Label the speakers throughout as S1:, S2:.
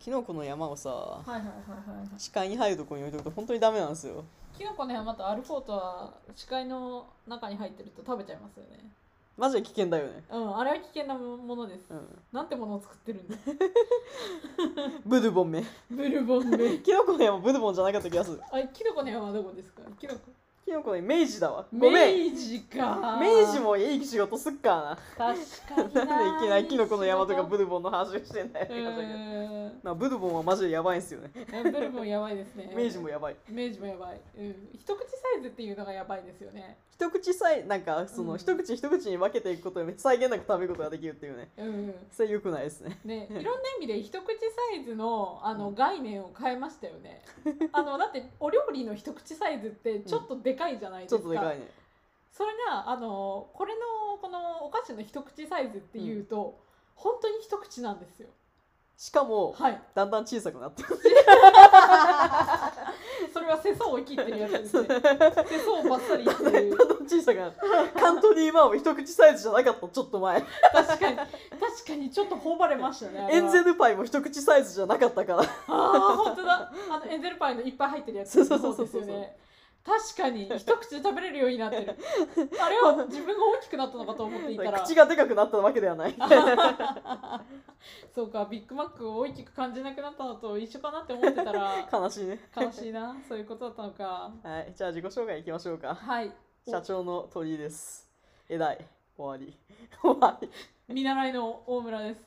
S1: キノコの山をさ
S2: はいはいはいはい
S1: 視界に入るところに置いとくと本当にダメなんですよ
S2: キノコの山とアルフォートは視界の中に入ってると食べちゃいますよね
S1: マジで危険だよね
S2: うんあれは危険なものです
S1: うん
S2: なんてものを作ってるんだ
S1: ブルボンめ
S2: ブルボンで
S1: キノコの山ブルボンじゃなかった気がする
S2: あキノコの山はどこですかキノコ
S1: キノコの明治だわごめん
S2: 明治か
S1: 明治もいい仕事すっから
S2: 確
S1: な
S2: かに
S1: な んでいきなりキノコの山とかブ
S2: ル
S1: ルボンの話をしてんだよって
S2: う
S1: 感じだけど
S2: ーん
S1: なブルボンはマジでやばいんすよね
S2: ブルボンやばいですね
S1: 明治もやばい
S2: 明治もやばい、うん、一口サイズっていうのがやばいですよね
S1: 一口さえなんかその、
S2: うん
S1: 一口一口に分けていくことで際限なく食べることができるっていうね
S2: うん
S1: それ良くないですね
S2: ね、いろんな意味で一口サイズのあの概念を変えましたよ ね。あのだってお料理の一口サイズってちょっとでかいじゃないで
S1: ちょ
S2: す
S1: っ
S2: か。
S1: とでかいね
S2: それがあのこれのこのお菓子の一口サイズっていうと、本当に一口なんですよ。
S1: しかも
S2: はい。
S1: だんだん小さくなってくる
S2: それは世相を切ってるやつですね。 世相をばっさり切ってる。
S1: だんだん小さくなってカントリーマーム一口サイズじゃなかったちょっと前
S2: 確かに確かにちょっと頬張れましたね。あれ
S1: エ
S2: は
S1: ンゼルパイも一口サイズじゃなかったから
S2: ああ本当だあのエンゼルパイのいっぱい入ってるやつ
S1: そうそうそうそう
S2: ですよね確か に一口で食べれるようになってるあれは自分が大きくなったのかと思っていたら
S1: 口がでかくなったわけでは ない
S2: そうかビッグマックを大きく感じなくなったのと一緒かなって思ってたら
S1: 悲しいね
S2: 悲しいなそういうことだったのか
S1: はいじゃあ自己紹介いきましょうか
S2: はいお
S1: 社長の鳥居です偉い終わり終わり
S2: 見習いの大村です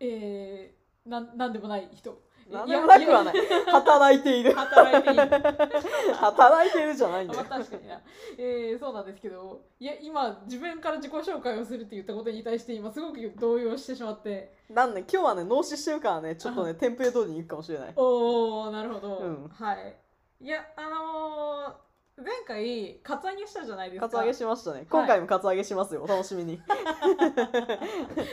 S2: えー、なんなんでもない人
S1: 何でもなくはない
S2: や
S1: 働いている
S2: 働いている
S1: 働いてるじゃないんだ
S2: まあ
S1: よ
S2: 確かにな、えー、そうなんですけどいや今自分から自己紹介をするって言ったことに対して今すごく動揺してしまって
S1: なんで今日はね脳死してるからねちょっとねテンプレ通りに行くかもしれない
S2: おおなるほど、
S1: うん
S2: はいいやあのー、前回カツアゲしたじゃないですか
S1: カツアゲしましたね今回もカツアゲしますよお楽しみに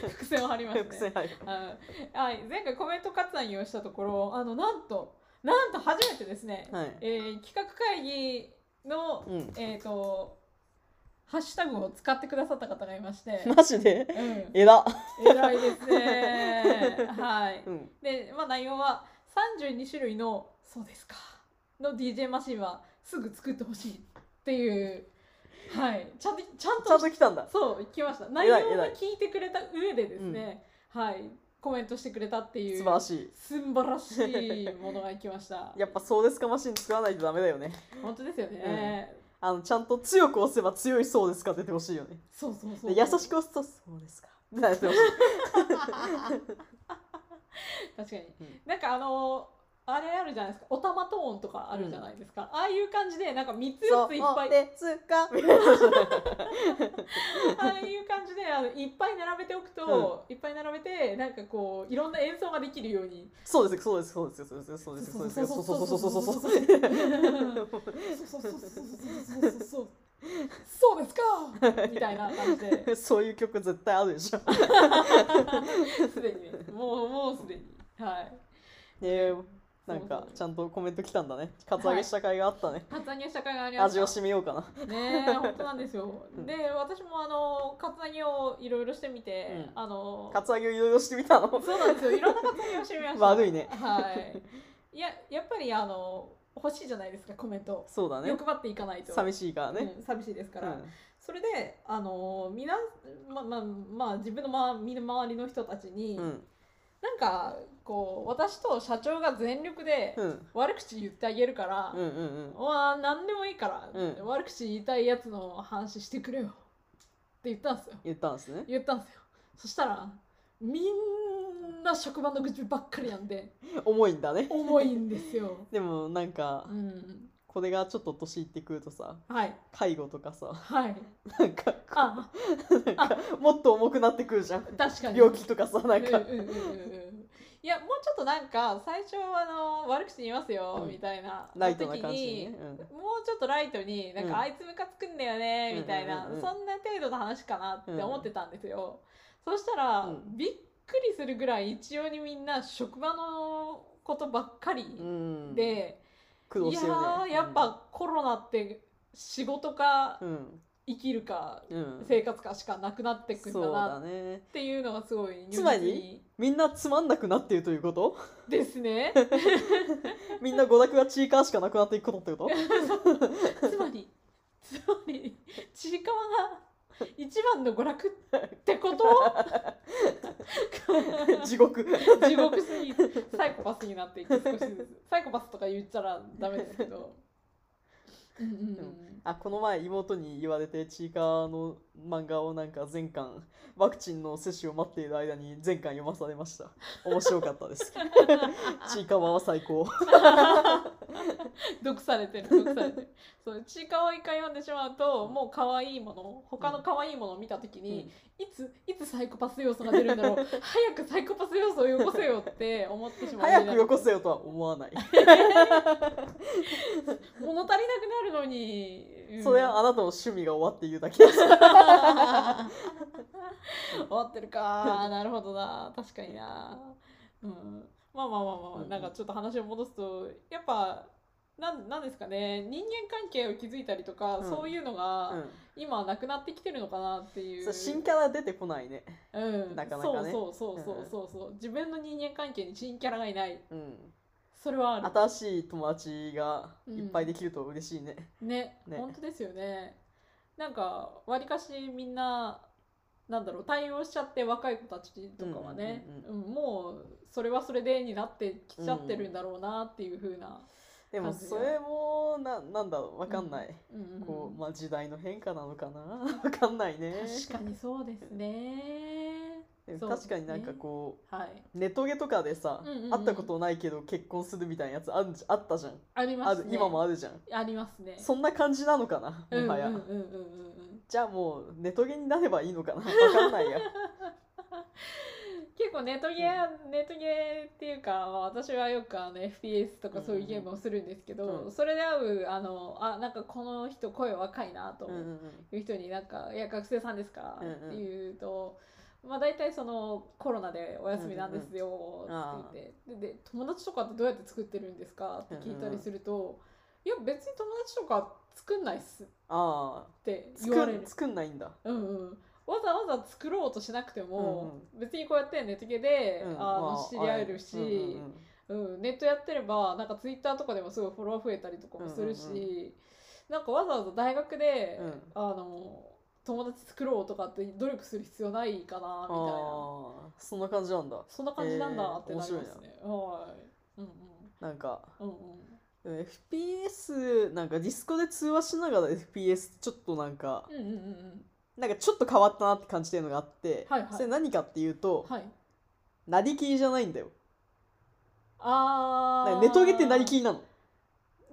S2: 伏線を張りましたね
S1: 伏線入る
S2: あーはい前回コメントカツアゲをしたところあのなんとなんと初めてですね、
S1: はい
S2: えー企画会議の、
S1: うん
S2: えっ、とハッシュタグを使ってくださった方がいま して、
S1: マジで
S2: うん、
S1: 偉
S2: 偉いですね。はい。
S1: うん
S2: で、まあ、内容は32種類の「そうですか」の DJ マシンはすぐ作ってほしいっていう、はい、ちゃんとちゃん
S1: ちゃん
S2: と
S1: と来たんだ
S2: そう来ました内容
S1: 偉い
S2: を
S1: 偉い
S2: 聞いてくれた上でですね、はい、コメントしてくれたっていう
S1: 素晴らしい
S2: 素晴らしいものが来ました
S1: やっぱそうですかマシン作らないとダメだよね
S2: 本当ですよね、
S1: あのちゃんと強く押せば強いそうですか出てほしいよね
S2: そうそうそう
S1: で優しく押すとそうですかってなってほしい
S2: 確かに、
S1: うん
S2: なんかあのあれあるじゃないですかおたまトーンとかあるじゃないですか、ああいう感じでなんか3つ4ついっぱい
S1: ですかみたいな
S2: ああいう感じであのいっぱい並べておくと、いっぱい並べてなんかこういろんな演奏ができるように
S1: そうですそうですそうですそうですそうですそうですそうですそうですそうですそうです
S2: そうそうそうそうそうそうそうそうですかみたいな感じで
S1: そういう曲絶対あるでしょ。
S2: すでにねもうもうすでにはい
S1: えー、なんかちゃんとコメント来たんだね。カツアゲした甲斐があったね。
S2: 発案に社会がありまし
S1: 味
S2: た
S1: を締めようかな。
S2: ねえ本当なんですよ。
S1: うん
S2: で私もあのカツアゲをいろいろしてみて、
S1: う
S2: あの
S1: カツアゲをいろいろしてみたの。
S2: そうなんですよいろんなカツアゲをしてみました。
S1: 悪いね
S2: はい。いややっぱりあの欲しいじゃないですかコメント。
S1: そうだね。
S2: 欲張っていかないと。
S1: 寂
S2: し
S1: しいからね。
S2: うん、寂しいですから、
S1: うん
S2: それであのみなまままあ自分のま身の周りの人たちに、
S1: うん。
S2: なんかこう私と社長が全力で
S1: うん。
S2: 悪口言ってあげるから、
S1: うんうんうん。
S2: まあ何でもいいから、
S1: うん
S2: 悪口言いたいやつの話してくれよって言ったんですよ
S1: 言ったんですね。
S2: 言ったんですよそしたらみんな職場の愚痴ばっかりなんで
S1: 重いんだね。
S2: 重いんですよ
S1: でもなんか
S2: うん
S1: これがちょっと年いってくるとさ
S2: はい
S1: 介護とかさ
S2: はい
S1: なんか
S2: あ
S1: なんかもっと重くなってくるじゃん
S2: 確かに
S1: 病気とかさなんか
S2: うんうんうんうんうんいやもうちょっとなんか最初はあの悪口言いますよ、
S1: うん
S2: みたいな
S1: ライトな感じにね
S2: 時もうちょっとライトになん
S1: うん
S2: かあいつムカつくんだよね、みたいな、
S1: うんうんうんうん
S2: そんな程度の話かなって思ってたんですよ、そした
S1: う
S2: ら、
S1: ん
S2: びっくりするぐらい一様にみんな職場のことばっかり
S1: うん、うん、
S2: で、
S1: 苦労
S2: い
S1: し
S2: や
S1: てるね
S2: ーやっぱコロナって仕事か
S1: うん、
S2: 生きるか
S1: うん
S2: 生活かしかなくなってくん
S1: そ
S2: だ
S1: う
S2: な
S1: だ
S2: っ
S1: ね
S2: ていうのがすごい如実
S1: つまりみんなつまんなくなっているということ
S2: ですね
S1: みんな娯楽がチーカーしかなくなっていくことってこと
S2: つまりつまりちいかわが一番の娯楽っ てこと
S1: 地獄
S2: 地獄すぎサイコパスになっていく少しずつサイコパスとか言っちゃらダメですけどうんうんうん
S1: あこの前妹に言われてチーカーの漫画をなんか全巻ワクチンの接種を待っている間に全巻読まされま した面白かったですチーカーは最高
S2: 毒されてる毒されてるそうちいかわ一回読んでしまうともう可愛いもの他の可愛いものを見た時に、いついつサイコパス要素が出るんだろう早くサイコパス要素をよこせよって思ってしまう
S1: 早くよこせよとは思わない
S2: 物足りなくなるのに、うん
S1: それ はあなたの趣味が終わっているだけです
S2: 終わってるかなるほどな確かになうんまあまあまあまあ、
S1: うんうん
S2: なんかちょっと話を戻すとやっぱなんなんですかね人間関係を築いたりとか、
S1: うん
S2: そういうの
S1: う
S2: が
S1: ん
S2: 今はなくなってきてるのかなっていう、
S1: そう新キャラ出てこないね
S2: うん、
S1: なかなかね
S2: そうそうそうそうそうそう、自分の人間関係に新キャラがいない
S1: うん
S2: それはある
S1: 新しい友達がいっぱいできると嬉しいね、
S2: ね
S1: ね
S2: 本当ですよねなんかわりかしみんななんだろう対応しちゃって若い子たちとかはね、
S1: う
S2: うんもうそれはそれでになってきちゃってるんだろうなっていうふうな、
S1: でも
S2: 感じが
S1: それもななんだろうわかんない、
S2: うんうんうん
S1: こうまあ時代の変化なのかなわかんないね
S2: 確かにそうですね
S1: でも
S2: そう
S1: 確かになんかこ
S2: はい、
S1: うネトゲとかでさ、
S2: うんうんうん
S1: 会ったことないけど結婚するみたいなやつあるじあったじゃん、
S2: ありま
S1: あ
S2: す
S1: る
S2: ね
S1: 今もあるじゃん
S2: ありますね
S1: そんな感じなのかな
S2: うん
S1: もは
S2: うんうんう
S1: や、
S2: んうんうん
S1: じゃあもうネトゲになればいいのかなわかんないや
S2: 結構ネトゲー、ネトゲーっていうか、まあ、私はよくあの FPS とかそういうゲームをするんですけど、
S1: うん
S2: それで合うあのあなんかこの人声若いなと
S1: うんうん
S2: いう人になんか「いや学生さんですか?」
S1: うんうん
S2: って言うと。まあ、大体そのコロナでお休みなんですよって言って、でで友達とかってどうやって作ってるんですかって聞いたりすると、いや別に友達とか作んないっすっ
S1: ああ
S2: て言わ
S1: 作
S2: れる
S1: ん作んないんだ
S2: うんうん、わざわざ作ろうとしなくても、別にこうやってネット系で、
S1: うんま
S2: あの知り合えるし、
S1: うん
S2: う
S1: うんんうん
S2: ネットやってればなんかツイッターとかでもすごいフォロワー増えたりとかもするし、
S1: うんうんう
S2: なんかわざわざ大学で、
S1: うん
S2: あの友達作ろうとかって努力する必要ないかなみたいな
S1: ああそんな感じなんだ
S2: そんな感じなんだってなりますね
S1: へー面。
S2: はいうん
S1: なんか
S2: うんうん
S1: でも FPS なんかディスコで通話しながら FPS ちょっとなんか
S2: うんうんうんうんうん
S1: なんかちょっと変わったなって感じてるのがあって、
S2: はいはい
S1: それ何かっていうと、
S2: はい
S1: なりきりじゃないんだよ
S2: あ
S1: なん
S2: ー
S1: かネトゲってなりきりなの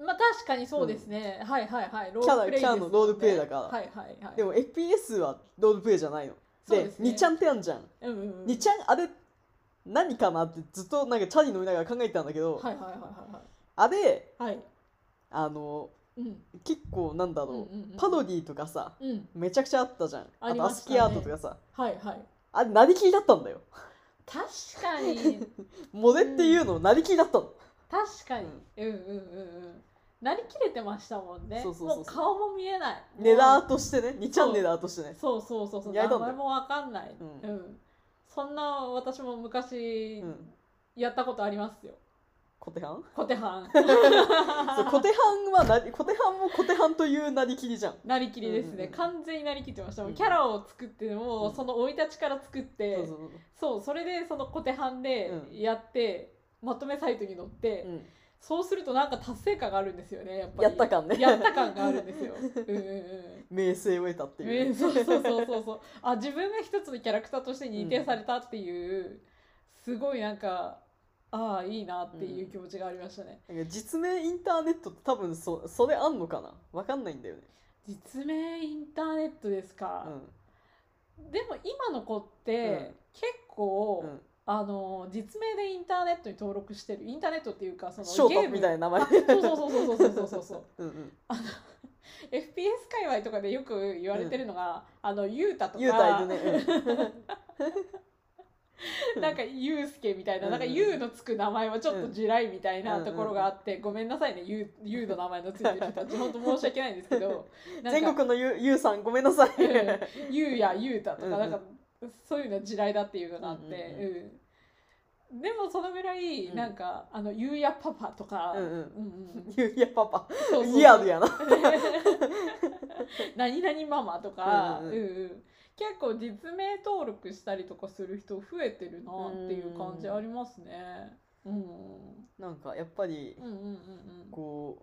S2: まあ確かにそうですね、はいはいはいロールプレイ
S1: キャラキャラのロールプレイだから
S2: はいはいはい
S1: でも FPS はロールプレイじゃないの
S2: そう
S1: で
S2: ですね
S1: 2ちゃんってあんじゃん、
S2: うんうんうん
S1: 2ちゃんあれ何かなってずっとなんかチャリ飲みながら考えてたんだけど、
S2: はいはいはい
S1: あれ
S2: はいはいはい
S1: あの
S2: うん
S1: 結構なんだろう、
S2: うんうんうん
S1: パロディとかさ
S2: うん
S1: めちゃくちゃあったじゃん
S2: あ
S1: あ
S2: り
S1: とア
S2: ま
S1: ス
S2: した
S1: キー
S2: ね
S1: アートとかさ
S2: はいはい
S1: あれなりきりだったんだよ
S2: 確かに
S1: モデっていうのなりきりだったの、
S2: 確かにうんうんうんうんなりきれてましたもんね
S1: そうそうそうそう
S2: もう顔も見えない
S1: ネラ
S2: も
S1: ーとしてね2ちゃんネラーとして
S2: う
S1: ね
S2: そうそうそうそう
S1: や
S2: 名
S1: りたんだよ
S2: 前もわかんない、
S1: うん
S2: そんな私も昔、
S1: うん
S2: やったことありますよ
S1: コテハン
S2: コテ ハン
S1: そうコテハンはなりコテハンもコテハンというなりきりじゃん
S2: なりきりですね、
S1: うんうんうん
S2: 完全になりきってましたも
S1: う
S2: うんキャラを作っても、
S1: うん
S2: その生い立ちから作って
S1: そうそうそう
S2: そうそれでその小手版で
S1: うん
S2: やって、まとめサイトに載って、
S1: うん
S2: そうするとなんか達成感があるんですよねやっぱり
S1: やった感ね
S2: やった感があるんです ようんうんうん
S1: 名声を得たっていう、
S2: えーそうそうそうそうそうあ自分が一つのキャラクターとして認定されたっていう、すごいなんかああいいなっていう気持ちがありましたね、
S1: なんか実名インターネットって多分そそれあんのかなわかんないんだよね、
S2: 実名インターネットです
S1: う
S2: か、
S1: ん
S2: でも今の子って、
S1: うん
S2: 結構、
S1: うん、
S2: あの実名でインターネットに登録してるインターネットっていうかその
S1: ショート
S2: ム
S1: みたいな名前
S2: あそう そうそうそうそうそうそうそう
S1: うんうん
S2: そう FPS 界隈とかでよく言われてるのが、あのユータとか
S1: ユータいるね、
S2: なんかユうスケみたいな、なんか
S1: うん
S2: ユウのつく名前はちょっと地雷みたいなところがあって、ごめんなさいね、ユウユウの名前のついてる人たち、本当申し訳ないんです けど、なんか
S1: 全国のゆゆうさんごめんなさい。
S2: うんゆうやゆうたと
S1: うんう
S2: か
S1: ん
S2: なんかそういうのは地雷だっていうのがあって、
S1: うんう
S2: うんでもそのぐらい
S1: うん
S2: なんか、あのゆうやパパとか、
S1: うんうん
S2: うん
S1: ゆうやパパ。
S2: そうそう
S1: リアルやな。
S2: 何々ママとか、
S1: う
S2: うんん
S1: う
S2: うんん結構実名登録したりとかする人増えてるなっていう感じありますね。うん、
S1: なんかやっぱり
S2: うんうんうん
S1: こ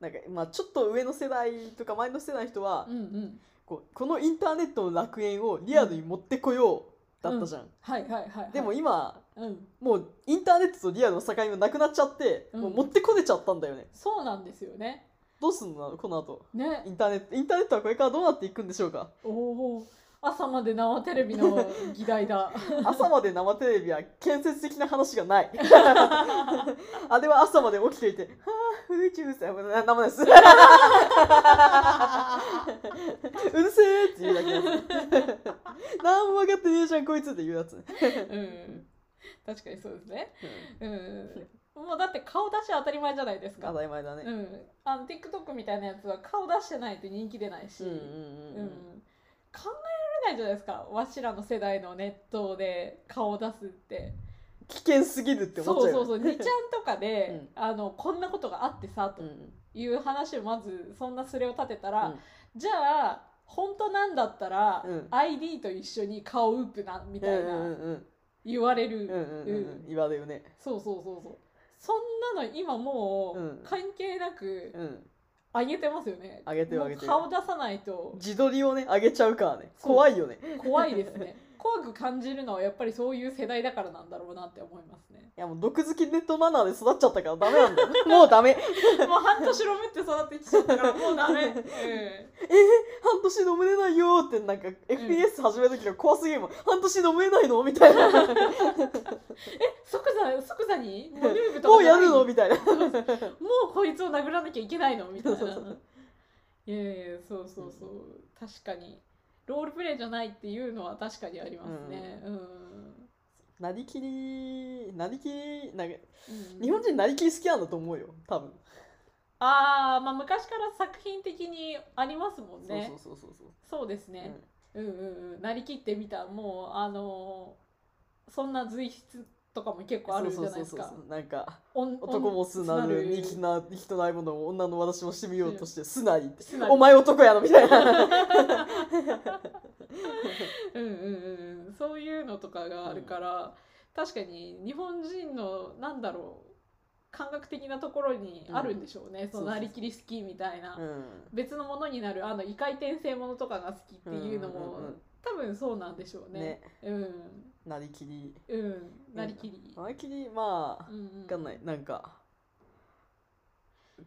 S1: うなんかまあちょっと上の世代とか前の世代の人は
S2: うんうんうん
S1: こうこのインターネットの楽園をリアルに持ってこようだったじゃん。
S2: はいはいはい、はい、
S1: でも今
S2: うん、
S1: もうインターネットとリアルの境目なくなっちゃって、
S2: うん
S1: もう持ってこれちゃったんだよね。
S2: そうなんですよね。
S1: どうすんのこの後。
S2: ね
S1: インターネットインターネットはこれからどうなっていくんでしょう か
S2: おお朝まで生テレビの議 題だ
S1: 朝まで生テレビは建設的な話がない あれは朝まで起きていて「はあ古いチューさんな生です うるせえ」って言うだけのやつ何も分かってねえじゃんこいつって言うやつね、
S2: うん確かにそうですねうんもうだって顔出し当たり前じゃないです
S1: 当
S2: か
S1: たり前だね、
S2: うんあの TikTok みたいなやつは顔出してないと人気出ないし、
S1: うんうんうんう
S2: うんん考えられないじゃないですかわしらの世代のネットで顔を出すって
S1: 危険すぎるって思っち
S2: そ
S1: ゃう
S2: う
S1: よ
S2: そ
S1: ね
S2: うそう 2ちゃんとかで、
S1: う
S2: あのこんなことがあってさと
S1: うん
S2: いう話をまずそんなスレを立てたら、
S1: うん
S2: じゃあ本当なんだったら、
S1: うん
S2: ID と一緒に顔ウープなみたい
S1: うん
S2: な
S1: うん
S2: 言われる、
S1: うんうんうんうん
S2: うん
S1: 言われるね
S2: そうそうそうそうそんなの今も
S1: うん
S2: う関係なく
S1: うん
S2: 上げてますよね、
S1: 上げてる
S2: も
S1: 上
S2: う
S1: げてる
S2: 顔出さないと
S1: 自撮りをね上げちゃうからね
S2: そう
S1: 怖いよね
S2: 怖いで すね怖く感じるのはやっぱりそういう世代だからなんだろうなって思いますね
S1: いやもう毒好きネットマナーで育っちゃったからダメなんだよ もうダメ
S2: もう半年ロムって育ってきちゃったからもうダメ、 うん、
S1: 半年飲めないよーってなんか FPS 始めた時が怖すぎるもん、半年飲めないのみたい な
S2: 即座即座にもうルーブとか
S1: もうやる
S2: じゃない
S1: のみたいな
S2: もうこいつを殴らなきゃいけないのみたいな。
S1: そうそうそう
S2: いやいやそうそうそう、確かにロールプレイじゃないっていうのは確かにありますね。うん
S1: なりきりなりきりなんか
S2: うん
S1: 日本人なりきり好きなんだと思うよ多分、
S2: ああまあ昔から作品的にありますもんね。そう
S1: そうそうそうそう
S2: ですね、うん。うんうんなりきってみたもうあのーそんな随筆とかも結構あるじゃないです
S1: そう
S2: か
S1: そうそう。そうなんか
S2: おん
S1: 男も素なる
S2: 素
S1: 息な息とないものを女の私もしてみようとして素なりって
S2: 素なり
S1: お前男やのみたいな
S2: うんうんうんうんそういうのとかがあるから、確かに日本人のなんだろう感覚的なところにあるんでしょうね、そ
S1: そうそうそう
S2: のなりきり好きみたいな、
S1: うん
S2: 別のものになるあの異界転生ものとかが好きっていうのも、
S1: うんうんうん
S2: 多分そうなんでしょうね
S1: ね
S2: うん
S1: なりきり
S2: うんなりきり、
S1: なりきりまあ、
S2: うんうん、
S1: わかんないなんか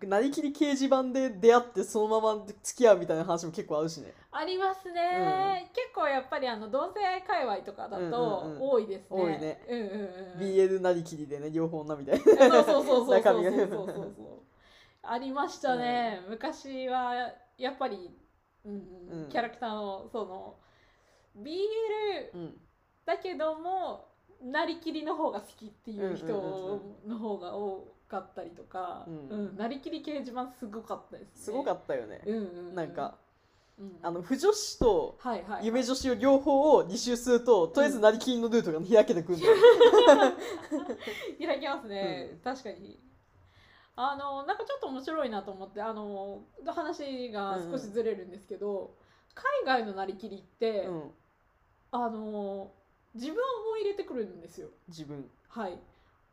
S1: なりきり掲示板で出会ってそのまま付き合うみたいな話も結構あるしね
S2: ありますね、結構やっぱりあの同性愛界隈とかだ
S1: うんうん
S2: と
S1: うん
S2: 多いですね、
S1: 多いね
S2: うんうんうん
S1: BL なりきりでね両方女みたいな
S2: そうそうそうそうそうそうそうそう
S1: 中身がね
S2: ありましたね、昔はやっぱり、うんうん
S1: うん
S2: キャラクターのその BL
S1: うん
S2: だけどもなりきりの方が好きっていう人
S1: うんうんうん
S2: の方が多かったりとか、
S1: う
S2: うんんなりきり掲示板すごかったですね。
S1: すごか
S2: っ
S1: ったよね
S2: た、うんうんうん、
S1: なんか
S2: うんうん
S1: あの腐女子と
S2: はいはいはい、
S1: 夢女子を両方を履修するととりあえずなりきりのルートが開けてくるんだよね
S2: 開きますね、
S1: うん
S2: 確かにあのなんかちょっと面白いなと思ってあの話が少しずれるんですけど、海外のなりきりって、
S1: うん
S2: あの自分を入れてくるんですよ
S1: 自分
S2: はい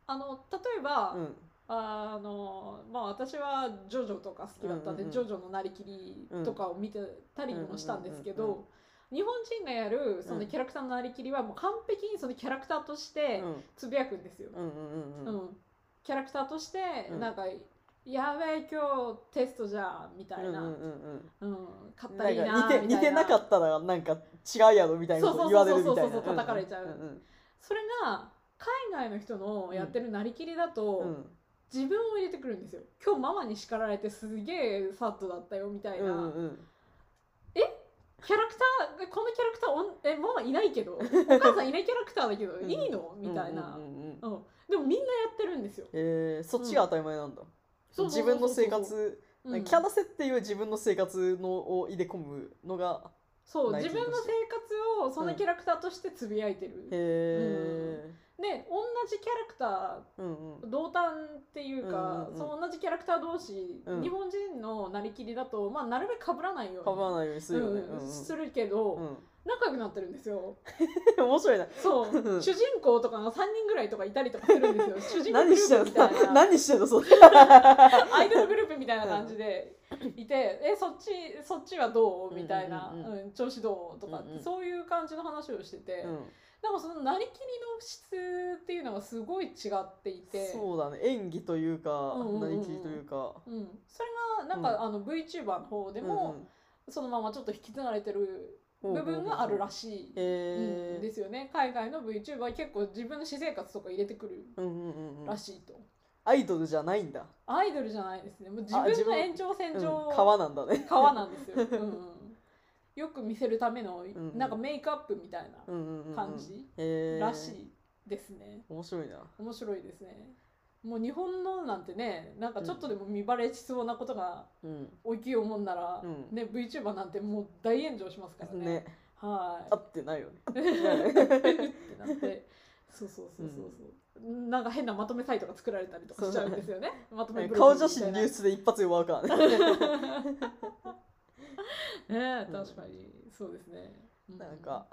S2: あの例えば、
S1: うん
S2: あのまあ私はジョジョとか好きだったんで、
S1: うんうんうん
S2: ジョジョのなりきりとかを見てたりもしたんですけど、
S1: うんうんうん
S2: 日本人がやるそうの
S1: ん
S2: キャラクターのなりきりはもう完璧にそのキャラクターとし
S1: う
S2: て
S1: ん
S2: つぶやくんですよ、
S1: うんうんうんうん
S2: うん、キャラクターとして
S1: うん
S2: なんか、やべえ今日テストじゃんみたい
S1: うん
S2: な、
S1: う
S2: うんん
S1: うん
S2: 買った
S1: な
S2: らい
S1: ん
S2: い
S1: か
S2: な
S1: 似て
S2: み
S1: 似
S2: たい
S1: てなかったらなんか違うやろみたいなこと言われるみたいな
S2: そうそうそうそうそう叩かれちゃうん
S1: ん
S2: それが海外の人のやってるなりきりだと、
S1: うんうん
S2: 自分を入れてくるんですよ今日ママに叱られてすげえサッドだったよみたいな、
S1: うんうんうん
S2: キャラクターこのキャラクターおんえママいない けどお母さんいないキャラクターだけど
S1: ん
S2: いいのみたいな
S1: うんうんうんうん
S2: うんでもみんなやってるんですよ
S1: えーそっちが当たり前なんだ、
S2: そうそ
S1: 自
S2: うそうそう
S1: 分の生活、
S2: うん
S1: キャラ設定を自分の生活のを入れ込むのが
S2: そう
S1: 内
S2: 自
S1: 勤
S2: 分の
S1: とし
S2: 生
S1: て
S2: 活をそのキャラクターとしてつぶやいてる、
S1: へえ
S2: で同じキャラクタ
S1: ー、うんうん
S2: ー同担っていう
S1: うん
S2: か
S1: う、んうん
S2: その同じキャラクター同士、
S1: うん
S2: 日本人のなりきりだと、まあ、なるべく被らないように
S1: かぶらないようにするよね、
S2: うんす
S1: る
S2: るけど、
S1: うん
S2: 仲良くなってるんですよ
S1: 面白いな
S2: そう 主人公とかが3人ぐらいとかいたりとかするんですよ主人公グル
S1: 何して
S2: ー
S1: ん
S2: プみたい
S1: の
S2: な
S1: 何してんのそ れ
S2: アイドルグループみたいな感じでいて「えそっちそっちはどう?」みたいな、
S1: うんうんう
S2: うん調子どう?」とかって、
S1: うんうん
S2: そういう感じの話をしてて、
S1: うん
S2: でもそのなりきりの質っていうのがすごい違っていて。
S1: そうだね演技というか、
S2: うんうんうん
S1: なりきりというか、
S2: うん、それがなんか、
S1: うん
S2: あの VTuber の方でも、そのままちょっと引き継がれてる
S1: うんうん
S2: 部分があるらしい、
S1: へ
S2: うん、で
S1: え
S2: すよね海外の VTuber は結構自分の私生活とか入れてくる
S1: ーうんうんうん
S2: らしいと、
S1: アイドルじゃないんだ、
S2: アイドルじゃないですねもう自
S1: あ自
S2: 分の
S1: 分
S2: 延長線
S1: うん、
S2: 上、
S1: 川なんだね
S2: 川なんですよ、うんうん、よく見せるための、
S1: ん
S2: なんかメイクアップみたいな
S1: うんうんうんうん
S2: 感じ
S1: へー
S2: らしいですね
S1: 面白いな
S2: 面白いですねもう日本のなんてねなんかちょっとでも見バレしそうなことが
S1: うん
S2: 起きようもんなら、
S1: うん
S2: ね VTuber なんてもう大炎上しますからね
S1: ね
S2: は
S1: 合ってないよね
S2: いってなってそうそうそうそうそう、なんか変なまとめサイトが作られたりとかしちゃうんですよねまとめブロ
S1: 顔
S2: グ
S1: 写
S2: みた
S1: 真
S2: いな
S1: 流出で一発で終わるからね
S2: ねえ
S1: うん
S2: 確かに、そうですねう
S1: なんか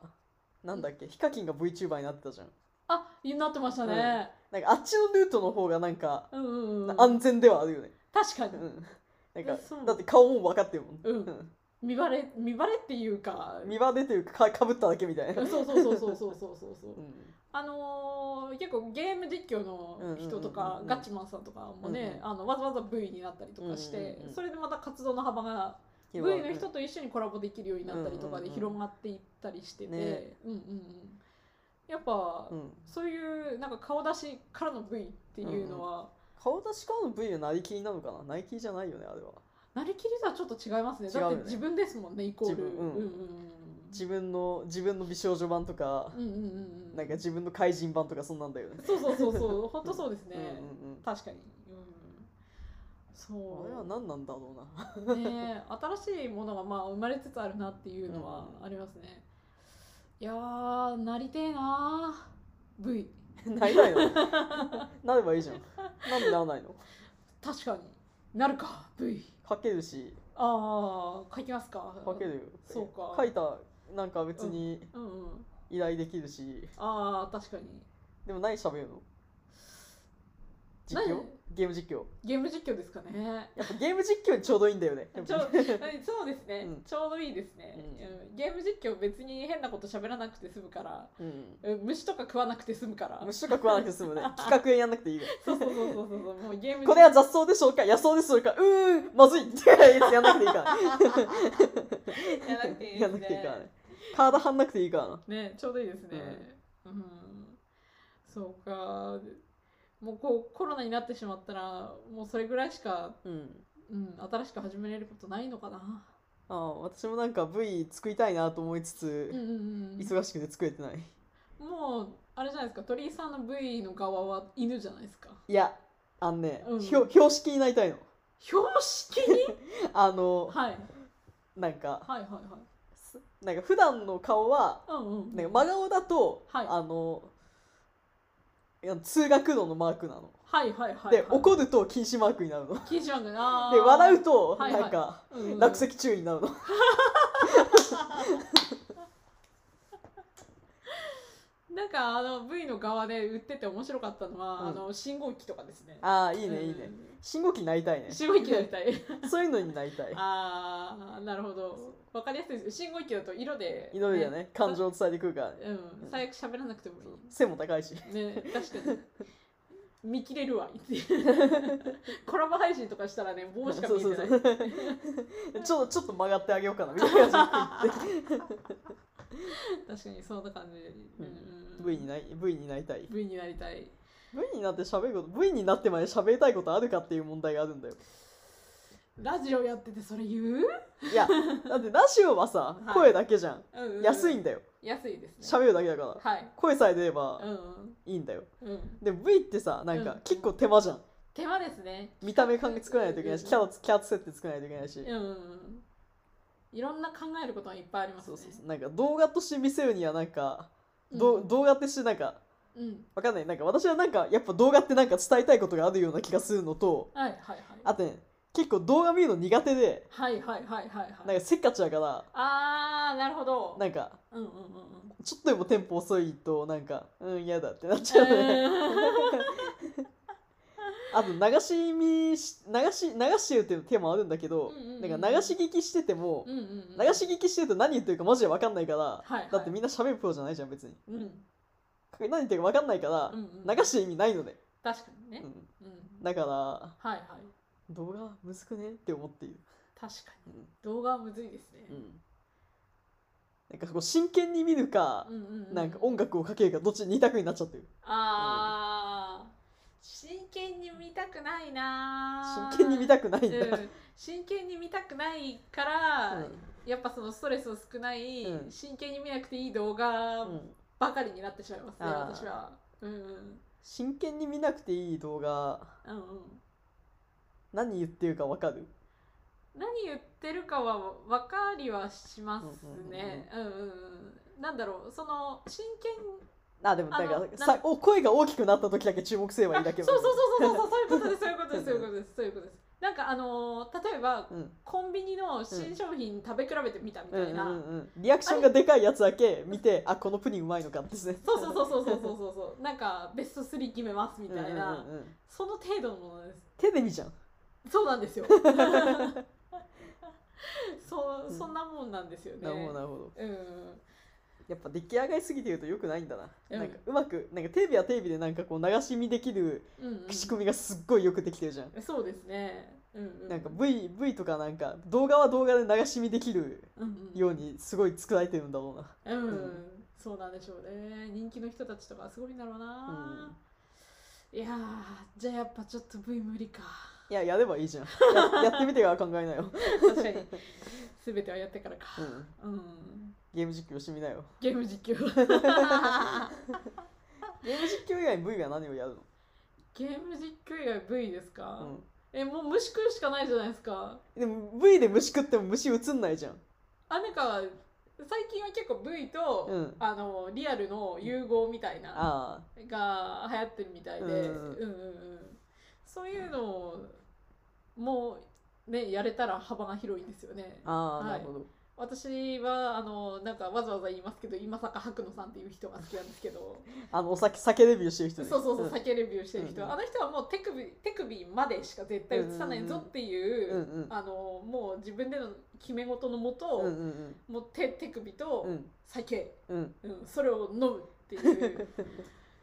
S1: なんだっけヒカキンが VTuber になってたじゃん
S2: あなってましたね、
S1: なんかあっちのルートの方がなんか
S2: うん、うんうん
S1: 安全ではあるよね、
S2: 確かに
S1: うん、なんか
S2: そう
S1: だって顔も分かってるもん、
S2: うん見バレ見バレっていうか
S1: 見バレというかかかぶっただけみたいな、
S2: そうそうそうそうそうそうそうそう
S1: うん
S2: あのー結構ゲーム実況の人と
S1: うんうんうん
S2: か、
S1: うん
S2: ガッチマンさんとかもね、
S1: うんうん
S2: あのわざわざ V になったりとかして、
S1: うんうんうん
S2: それでまた活動の幅が V の人と一緒にコラボできるようになったりと
S1: うん
S2: か
S1: うん
S2: で
S1: うん
S2: 広がっていったりしてて、
S1: ね
S2: うんうんうん、やっぱ、
S1: うん
S2: そういうなんか顔出しからの V っていうのは、
S1: 顔出しからの V はなりきりなのかななりきりじゃないよねあれは
S2: なりきりとはちょっと違いますね
S1: 違うよ
S2: だっ
S1: ね
S2: て自分ですもんねイコール。
S1: 自分うん
S2: うんうん
S1: 自分の自分の美少女版とか、
S2: うんうんうんうん
S1: なんか自分の怪人版とかそんなんだよね
S2: そうそうそうそう本当そうですね、
S1: うんうんうん
S2: 確かに、うん、そう
S1: あれは何なんだろうな
S2: ねえ新しいものがまあ生まれつつあるなっていうのはありますね、いやーなりてえなー V
S1: なりたいの なればいいじゃんなんでならないの
S2: 確かになるか V
S1: 書けるし
S2: ああ書きますか
S1: 書けるよ
S2: そうか
S1: 書いたなんか別に
S2: うんうん
S1: 依頼できるし、
S2: ああ確かに
S1: でも何喋るの実況
S2: 何
S1: ゲーム実況
S2: ゲーム実況ですかね
S1: やっぱゲーム実況にちょうどいいんだよね
S2: ちょそうですね、
S1: うん
S2: ちょうどいいですね、
S1: う
S2: うんゲーム実況別に変なこと喋らなくて済むから
S1: うん
S2: うん虫とか食わなくて済むから
S1: 虫とか食わなくて済 むね企画やんなくていいよ
S2: そうそうそうそうそうもうゲーム
S1: これは雑草でしょうか野草でしょうかうーんまずいってやんなくていいから
S2: やらなくていいで
S1: や
S2: す
S1: んなくていいから
S2: ね
S1: ね体張んなくていいからな
S2: ねちょうどいいですねうん、そうかもうこうコロナになってしまったらもうそれぐらいしか、
S1: うん
S2: うん、新しく始めれることないのかな
S1: ああ私もなんか V 作りたいなと思いつつ
S2: うん、うん
S1: 忙しくて作れてない
S2: うんもうあれじゃないですか鳥居さんの V の側は犬じゃないですか
S1: いやあのね、
S2: うん
S1: ひょ標識になりたいの
S2: 標識に
S1: あの
S2: はいはい
S1: なんか
S2: はいはい
S1: すなんか普段の顔は
S2: うんうん
S1: なんか真顔だと、
S2: はい
S1: あのいや通学路のマークなの、
S2: はいはいはい、
S1: で怒ると禁止マークになるの
S2: 禁止マークな
S1: で笑うと
S2: はいはい
S1: なんか
S2: うんうん
S1: 落石注意になるの、
S2: なんかあの V の側で売ってて面白かったのは、
S1: うん
S2: あの信号機とかですね
S1: ああいいね
S2: うん
S1: いいね信号機になりたいね
S2: 信号機やりたい
S1: そういうのになりたい
S2: あーなるほどわかりやすいです信号機だと色で
S1: いろいろね感情を伝えてくるからね
S2: うん最悪喋らなくてもい
S1: 背も高いし
S2: いね 確かに見切れるわコラボ配信とかしたらね棒しか見えてない
S1: そうそうそうちょっとちょっと曲がってあげようかなみたいな感
S2: 確かにそんな感じ、
S1: うん
S2: うん
S1: じ V になり V になりたい
S2: V になりたい
S1: V になって喋ること V になってまで喋りたいことあるかっていう問題があるんだよ
S2: ラジオやっててそれ言う、
S1: い やだってラジオはさ
S2: はい
S1: 声だけじゃん、
S2: うんうん
S1: 安いんだよ
S2: 安いですね
S1: 喋るだけだから、
S2: はい
S1: 声さえ出れば
S2: うんうん
S1: いいんだよ
S2: うん
S1: で V ってさなん
S2: う
S1: か
S2: ん
S1: 結構手間じゃん
S2: 手間ですね
S1: 見た目考え作らないといけないし
S2: うん
S1: キャラキャラ設定作らないといけないし、
S2: うんうんいろんな考えることはいっぱいあります
S1: そ
S2: ね
S1: うそうそうなんか動画として見せるにはなんか、
S2: うん
S1: どう動画ってしてなんか
S2: うん
S1: わかんないなんか私はなんかやっぱ動画ってなんか伝えたいことがあるような気がするのと
S2: はいはいはい
S1: あとね結構動画見るの苦手で
S2: はいはいはいはいは
S1: なん
S2: い
S1: かせっかちだから
S2: あーなるほど
S1: なんか
S2: うんうんうんうん
S1: ちょっとでもテンポ遅いとなんかうん嫌だってなっちゃうね、 あと流し見し流し流してるっていう手もあるんだけど、
S2: うんうんうん
S1: なんか流し聞きしてても、
S2: うんうんうん
S1: 流し聞きしてると何言ってるかマジで分かんないから、
S2: はいはい
S1: だってみんな喋るプロじゃないじゃん別に
S2: うんうん
S1: 何言ってるか分かんないから、
S2: うん
S1: 流してる意味ないのね、
S2: 確かに
S1: う
S2: ね
S1: ん、
S2: うん
S1: だから
S2: はいはい
S1: 動画むずくねって思っている、
S2: 確かに
S1: うん
S2: 動画はむずいです
S1: う
S2: ね
S1: ん、なんかこう真剣に見るか、
S2: うんうんう
S1: なんか音楽をかけるかどっち二択になっちゃってる
S2: あー真剣に見たくないなー
S1: 真剣に見たくないんだ、
S2: うん真剣に見たくないから、
S1: うん
S2: やっぱそのストレスの少ない、
S1: うん
S2: 真剣に見なくていい動画
S1: うん
S2: ばかりになってしまいますね、
S1: あー
S2: 私は。うんうん
S1: 真剣に見なくていい動画
S2: うんうん
S1: 何言ってるかわかる
S2: 何言ってるかは分かりはしますね。うんうんうんなんだろうその真剣
S1: あでも
S2: あ
S1: だ
S2: の
S1: から
S2: なん
S1: さお声が大きくなった時だけ注目すればいいだけ
S2: あそうそうそうそ
S1: う
S2: うそうそういうことですそういうことですそういうことですそういうことです。なんかあのー例えば
S1: うん
S2: コンビニの新商品食べ比べてみたみ
S1: うん
S2: た
S1: う
S2: い
S1: ん
S2: な。
S1: うんうんリアクションがでかいやつだけ見てあこのプリンうまいのかですね
S2: そうそうそうそうそうそうそうそうなんかベスト3決めますみたいな、
S1: うんうんうんうん
S2: その程度のものです
S1: テレビじゃん
S2: そうな んですよそうそんなもんなんですよね
S1: なるほどなるほど
S2: うん
S1: やっぱ出来上がりすぎてるとよくないんだな、
S2: うん
S1: なんかうまくなんかテレビはテレビでなんかこう流し見できる
S2: うんうん
S1: 仕組みがすっごいよくできてるじゃん、
S2: そうですねうんうん
S1: なんか V, v とかなんか動画は動画で流し見できる
S2: うんうん
S1: ようにすごい作られてるんだろうな
S2: うん、
S1: うん
S2: そうなんでしょうね人気の人たちとかすごいんだろうな、いやーじゃあやっぱちょっと V 無理か
S1: いややればいいじゃんややってみてから考えなよ、
S2: 確か に全てはやってからか
S1: うん、
S2: うん
S1: ゲーム実況してみなよ
S2: ゲー ム実況
S1: ゲーム実況以外に V は何をやる
S2: ゲーム実況以外 V ですか、
S1: の、
S2: えもう虫食うしかないじゃないですか
S1: うん、でも V で虫食っても虫映んないじゃん
S2: あなんか最近は結構 V と、
S1: うん
S2: あのリアルの融合みたいな
S1: ああ
S2: が流行ってるみたいで、
S1: う
S2: うんん
S1: う
S2: うんん
S1: うん
S2: うん、そういうのをもうねやれたら幅が広いんですよね。
S1: ああ、
S2: はい
S1: なるほど
S2: 私はあのなんかわざわざ言いますけど今坂白野さんっていう人が好きなんですけど
S1: あのお酒酒レビューしてる人
S2: そう
S1: ね
S2: そうそう、
S1: ん
S2: 酒レビューしてる人は、
S1: うん
S2: あの人はもう手首手首までしか絶対映さないぞっていう,、
S1: うんうん
S2: あのもう自分での決め事のもと、
S1: うんうん
S2: もう手手首
S1: う
S2: と
S1: ん
S2: 酒、
S1: うんうん
S2: うんそれを飲むっていう、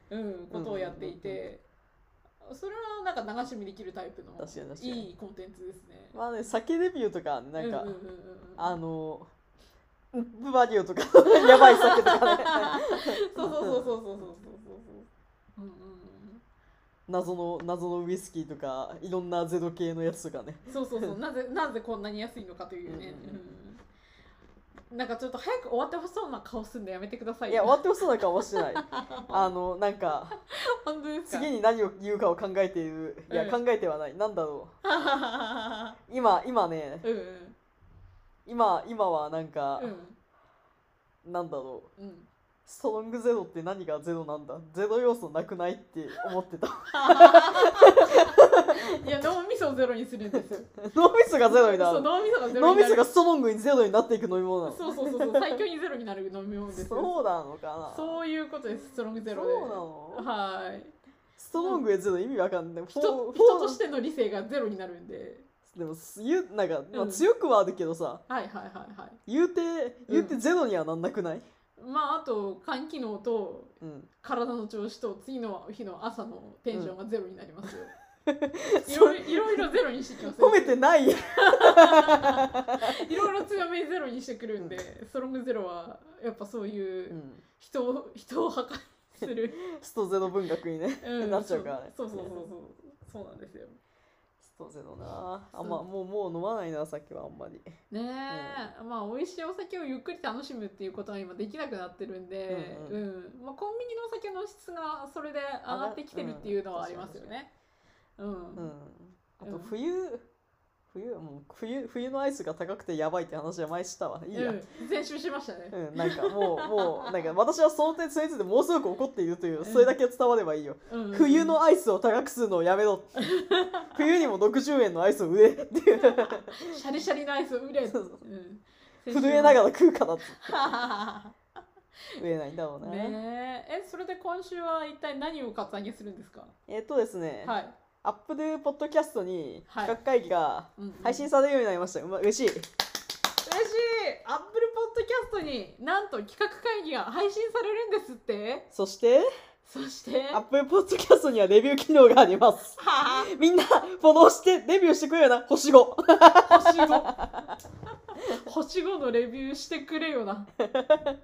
S2: うん、ことをやっていて、それはなんか流し見できるタイプの
S1: 確かに確かに
S2: いいコンテンツですね。
S1: まあね酒レビューとかなんか、
S2: うんうんうんうん
S1: あのブバリオとか やばい酒とかね
S2: そうそうそうそうそうそうそうそう。うんうん
S1: 謎の謎のウイスキーとかいろんなゼロ系のやつとかね
S2: うん、そうそう そうなぜなぜこんなに安いのかというね、
S1: うんうん
S2: うんなんかちょっと早く終わってほしそうな顔すんでやめてください
S1: い
S2: よ
S1: や終わってほしそうな顔はしてない あのなんか
S2: 本当ですか
S1: 次に何を言うかを考えているいや
S2: うん
S1: 考えてはないなんだろ
S2: う
S1: う今今ね
S2: んうん
S1: 今今はなんか
S2: う、ん
S1: なんだろ う
S2: うん
S1: ストロングゼロって何がゼロなんだゼロ要素なくないって思ってた
S2: いや脳みそをゼロにするんですよ。
S1: 脳みそがゼロにな
S2: そ
S1: る
S2: う脳みそがゼロ
S1: 脳
S2: に
S1: み
S2: な
S1: そ
S2: る
S1: が。ストロングにゼロになっていく飲み物なの
S2: そうそうそうそう最強にゼロになる飲み物ですよ。そう
S1: そうなのかな
S2: いうことですストロングゼロで。
S1: そうなの
S2: はい。
S1: ストロングでゼロ意味わかんないフ
S2: 人
S1: ォー
S2: 人と
S1: フォ
S2: しての理性がゼロになるんで。
S1: ーでもす言うなんか、まあ、
S2: うん
S1: 強くはあるけどさ、
S2: はいはいはいはい。
S1: 言うて言うてゼロにはなんなくない、
S2: まああと肝機能と
S1: うん、
S2: 体の調子と次の日の朝のテンションがゼロになります よ。い
S1: そ
S2: ろ
S1: れ
S2: いろいろゼロにしてきますよ
S1: 褒めてない
S2: いろいろ強めにゼロにしてくるんで、ストロングゼロはやっぱそういう人を人を破壊す る。
S1: ストゼロ文学にね、
S2: うん
S1: なっちゃうからね
S2: そうそうそうそうそうなんですよ
S1: スそうせどなあ
S2: そうん
S1: まもうもう飲まないな酒はあんまり
S2: ねえ、まあ美味しいお酒をゆっくり楽しむっていうことは今できなくなってるんで、
S1: う
S2: うんんまあ、コンビニのお酒の質がそれで上がってきてるっていうのはありますよね。うん
S1: うんあ
S2: う
S1: と
S2: ん
S1: 冬、冬もう冬冬のアイスが高くてやばいって話は前したわいいや、うん
S2: うん前週しましたね。
S1: なんかもうもうなんか私はその点それについてものすごく怒っているというそれだけ伝わればいいよ、
S2: うん
S1: 冬のアイスを高くするのをやめ ろ冬にも60円のアイスを売れっていう
S2: シャリシャリのアイスを売れ、
S1: そうそう
S2: うん
S1: 震えなが
S2: ら
S1: ら食うからって売れないんだろうな、
S2: ねええそれで今週は一体何をカツアゲするんですか
S1: えっとですね、
S2: はい、
S1: アップルポッドキャストに
S2: はい
S1: 企画会議が
S2: うんうん
S1: 配信されるようになりました、うま嬉しい
S2: 嬉しいアップルポッドキャストになんと企画会議が配信されるんですって
S1: そして
S2: そして
S1: アップルポッドキャストにはレビュー機能があります
S2: は
S1: みんなフォローしてレビューしてくれよな星5
S2: あ星5星5のレビューしてくれよな、うん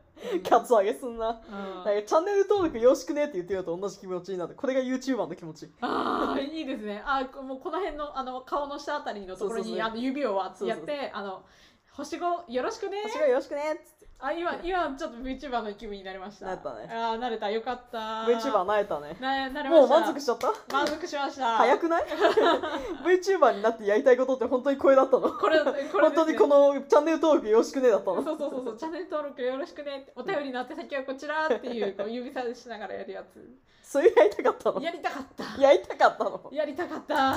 S1: カツアゲすんな
S2: うん
S1: なんかチャンネル登録よろしくねって言ってるのと同じ気持ちになるこれが YouTuber の気持ち
S2: ああいいですねあーもうこの辺のあの顔の下あたりのところ
S1: そうそう
S2: に
S1: そう
S2: あの指をわ
S1: そうそう
S2: やってあの星5よろしくね
S1: 星5よろしくねっつって
S2: あ今今ちょっと VTuber の気分になりました
S1: なったね
S2: あー慣れたよかった
S1: VTuber なれたね
S2: ななれま
S1: もう
S2: した
S1: 満足しちゃった
S2: 満足しました
S1: 早 くない VTuber になってやりたいことって本当にこれだったの
S2: これこれですね
S1: 本当にこのチャンネル登録よろしくねだったの
S2: そうそうそうそうチャンネル登録よろしくねお便りの宛先はこちらっていうこう指さしながらやるやつ
S1: それやりたかったの
S2: やりたかった
S1: やりたかったの
S2: やりたかった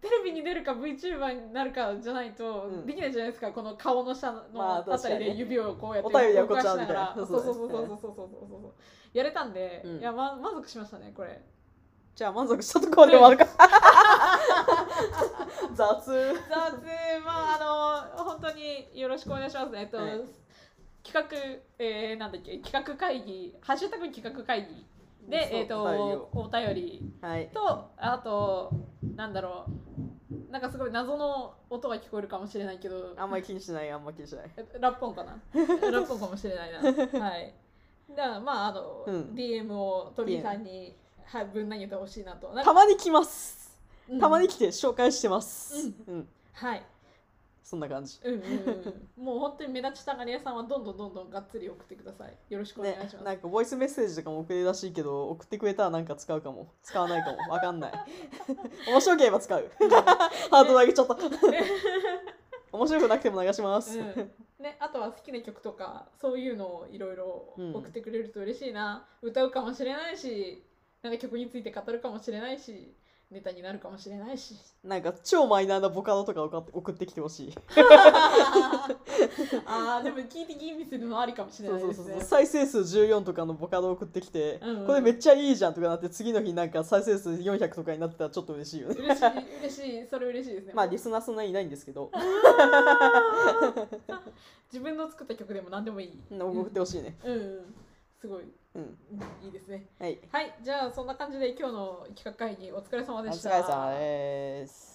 S2: テレビに出るか VTuber になるかじゃないと
S1: うん
S2: できないじゃないですか、この顔の下
S1: まあ
S2: のあた
S1: 確
S2: り
S1: か
S2: で
S1: に
S2: 指をこうやって
S1: お便りはこちらみたいな
S2: そう
S1: そ
S2: そうう
S1: そ
S2: そううそうそうそうそうそうやれたんで、
S1: うん
S2: いや、ま、満足しましたねこれ
S1: じゃあ満足したところで終わ るか雑
S2: 雑まああの本当によろしくお願いしますえっと、
S1: はい
S2: 企画、えー、なんだっけ企画会議「ハッシュタグ企画会議」で、
S1: そう
S2: えっとお便り
S1: はい
S2: とあとなんだろうなんかすごい謎の音が聞こえるかもしれないけど
S1: あんまり気にしないあんまり気にしない
S2: えラッポ ンかなラッポンかもしれないなはいだからまああの、
S1: うん
S2: DM を鳥居さんにはいぶん投げてほしいなとなん
S1: た
S2: か
S1: まに来ます
S2: うん
S1: たまに来て紹介してますうん
S2: はい
S1: そんな感じ
S2: うんうんうん、もう本当に目立ちたがり屋さんはどんどんどんどんがっつり送ってください。よろしくお願い
S1: ね
S2: します。、
S1: なんかボイスメッセージとかも送れるらしいけど送ってくれたらなんか使うかも使わないかもわかんない 面白ければ使うハートル上げちゃった 面白くなくても流します、
S2: うんね、あとは好きな曲とかそういうのをいろいろ
S1: うん
S2: 送ってくれると嬉しいな、歌うかもしれないしなんか曲について語るかもしれないしネタになるかもしれないし
S1: なんか超マイナーなボカロとか送って送ってきてほしい
S2: あーでも聞いて吟味するのもありかもしれ
S1: そ
S2: な
S1: う
S2: い
S1: そうそ
S2: です
S1: う
S2: ね
S1: そう再生数14とかのボカロ送ってきて、
S2: うんうん
S1: これめっちゃいいじゃんとかなって次の日なんか再生数400とかになってたらちょっと嬉しいよね
S2: 嬉しい嬉しいそれ嬉しいですね
S1: まあリスナーそんなにいないんですけ ど
S2: 自分の作った曲でも何でもいい、
S1: うん送ってほしいね
S2: うんうんすごい
S1: うん
S2: いいですね
S1: はい
S2: はい、じゃあそんな感じで今日の企画会議お疲れ様
S1: お
S2: でし
S1: 疲
S2: た。
S1: れ様です